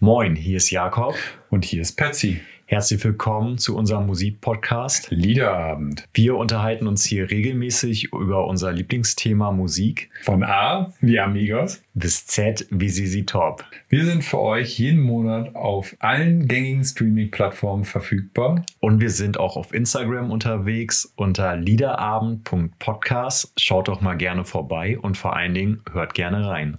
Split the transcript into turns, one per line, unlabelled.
Moin, hier ist Jakob.
Und hier ist Patsy.
Herzlich willkommen zu unserem Musikpodcast.
Liederabend.
Wir unterhalten uns hier regelmäßig über unser Lieblingsthema Musik
Von A wie Amigos.
bis Z wie Sisi Top.
Wir sind für euch jeden Monat auf allen gängigen Streaming-Plattformen verfügbar.
Und wir sind auch auf Instagram unterwegs unter liederabend.podcast. Schaut doch mal gerne vorbei und vor allen Dingen hört gerne rein.